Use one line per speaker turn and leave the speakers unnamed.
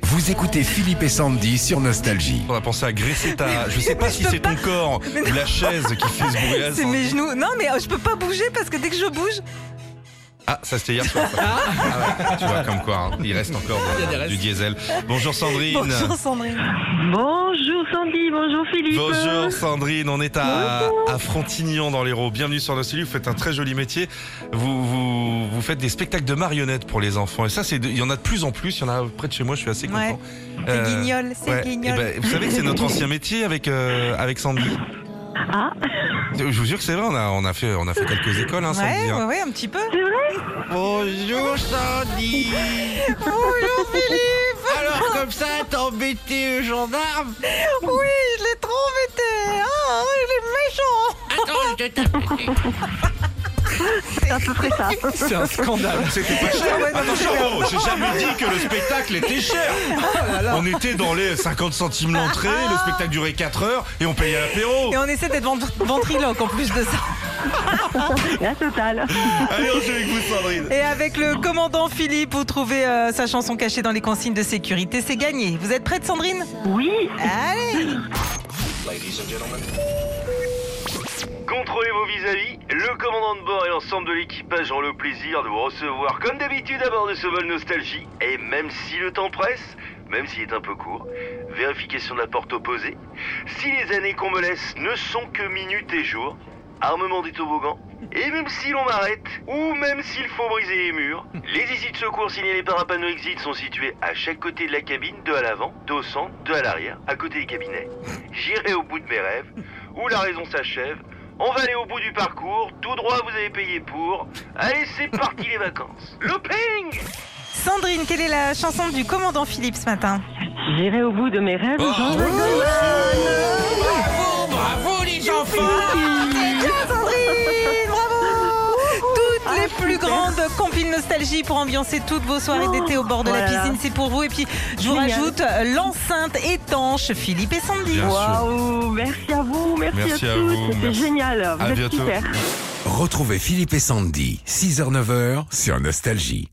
Vous écoutez Philippe et Sandy sur Nostalgie.
On a pensé à graisser ta. Je sais pas
mais
si
je
c'est
peux
ton corps
Mais
ou la chaise qui fait ce bruit là.
C'est mes genoux. Non, mais euh, je peux pas bouger parce que dès que je bouge,
Ah, ça c'était hier soir. ça. Ah ouais, tu vois, comme quoi, hein, il reste encore de-
Il y a des restes.
du diesel. Bonjour Sandrine.
bonjour Sandrine.
Bonjour Sandy, bonjour Philippe.
Bonjour Sandrine, on est à, à Frontignan dans l'Hérault. Bienvenue sur Nostalgie, vous faites un très joli métier. Vous, vous, vous faites des spectacles de marionnettes pour les enfants. Et ça, c'est de- il y en a de plus en plus, il y en a près de chez moi, je suis assez
Ouais.
content.
C'est
Euh,
guignol, c'est
ouais.
guignol.
Eh ben, vous savez que c'est notre ancien métier avec, euh, avec Sandy.
Ah,
Je vous jure que c'est vrai, on a, on a, fait, on a fait quelques écoles, hein, Sandy.
ouais,
hein.
ouais, ouais, un petit peu.
c'est vrai
Bonjour Sandy
Bonjour Philippe.
Alors comme ça, t'as embêté le gendarme
Oui, je l'ai trop embêté. Ah, il est méchant.
Attends, je te
C'est à peu près ça.
C'est un scandale
Ah, C'était pas cher. Attention, oh, j'ai jamais dit que le spectacle était cher. On était dans les 50 centimes l'entrée, le spectacle durait 4 heures et on payait l'apéro.
Et on essaie d'être vent- ventriloque en plus de ça.
La totale.
Allez, on joue avec vous, Sandrine.
Et avec le commandant Philippe, vous trouvez euh, sa chanson cachée dans les consignes de sécurité. C'est gagné. Vous êtes prête, Sandrine
Oui,
Allez.
Contrôlez vos vis-à-vis, le commandant de bord et l'ensemble de l'équipage ont le plaisir de vous recevoir comme d'habitude à bord de ce vol nostalgie. Et même si le temps presse, même s'il est un peu court, vérification de la porte opposée. Si les années qu'on me laisse ne sont que minutes et jours, armement des toboggans. Et même si l'on m'arrête, ou même s'il faut briser les murs, les issues de secours signalées par un panneau exit sont situées à chaque côté de la cabine, deux à l'avant, deux au centre, deux à l'arrière, à côté des cabinets. J'irai au bout de mes rêves, où la raison s'achève, on va aller au bout du parcours, tout droit vous avez payé pour. Allez, c'est parti les vacances. Looping
Sandrine, quelle est la chanson du commandant Philippe ce matin
j'irai au bout de mes rêves.
Ah,
Jean Valjean.
Bravo, bravo les enfants
Sandrine, bravo Toutes les plus grandes compiles nostalgie pour ambiancer toutes vos soirées d'été au bord de la
Oh. voilà.
piscine, c'est pour vous. Et puis, je vous
Génial.
rajoute l'enceinte étanche Philippe et Sandy.
Bien sûr.
Waouh, merci à vous, merci,
Merci à
à tous,
vous,
c'était
merci.
génial. Vous
À
êtes
bientôt.
super.
Retrouvez Philippe et Sandy, 6h-9h sur Nostalgie.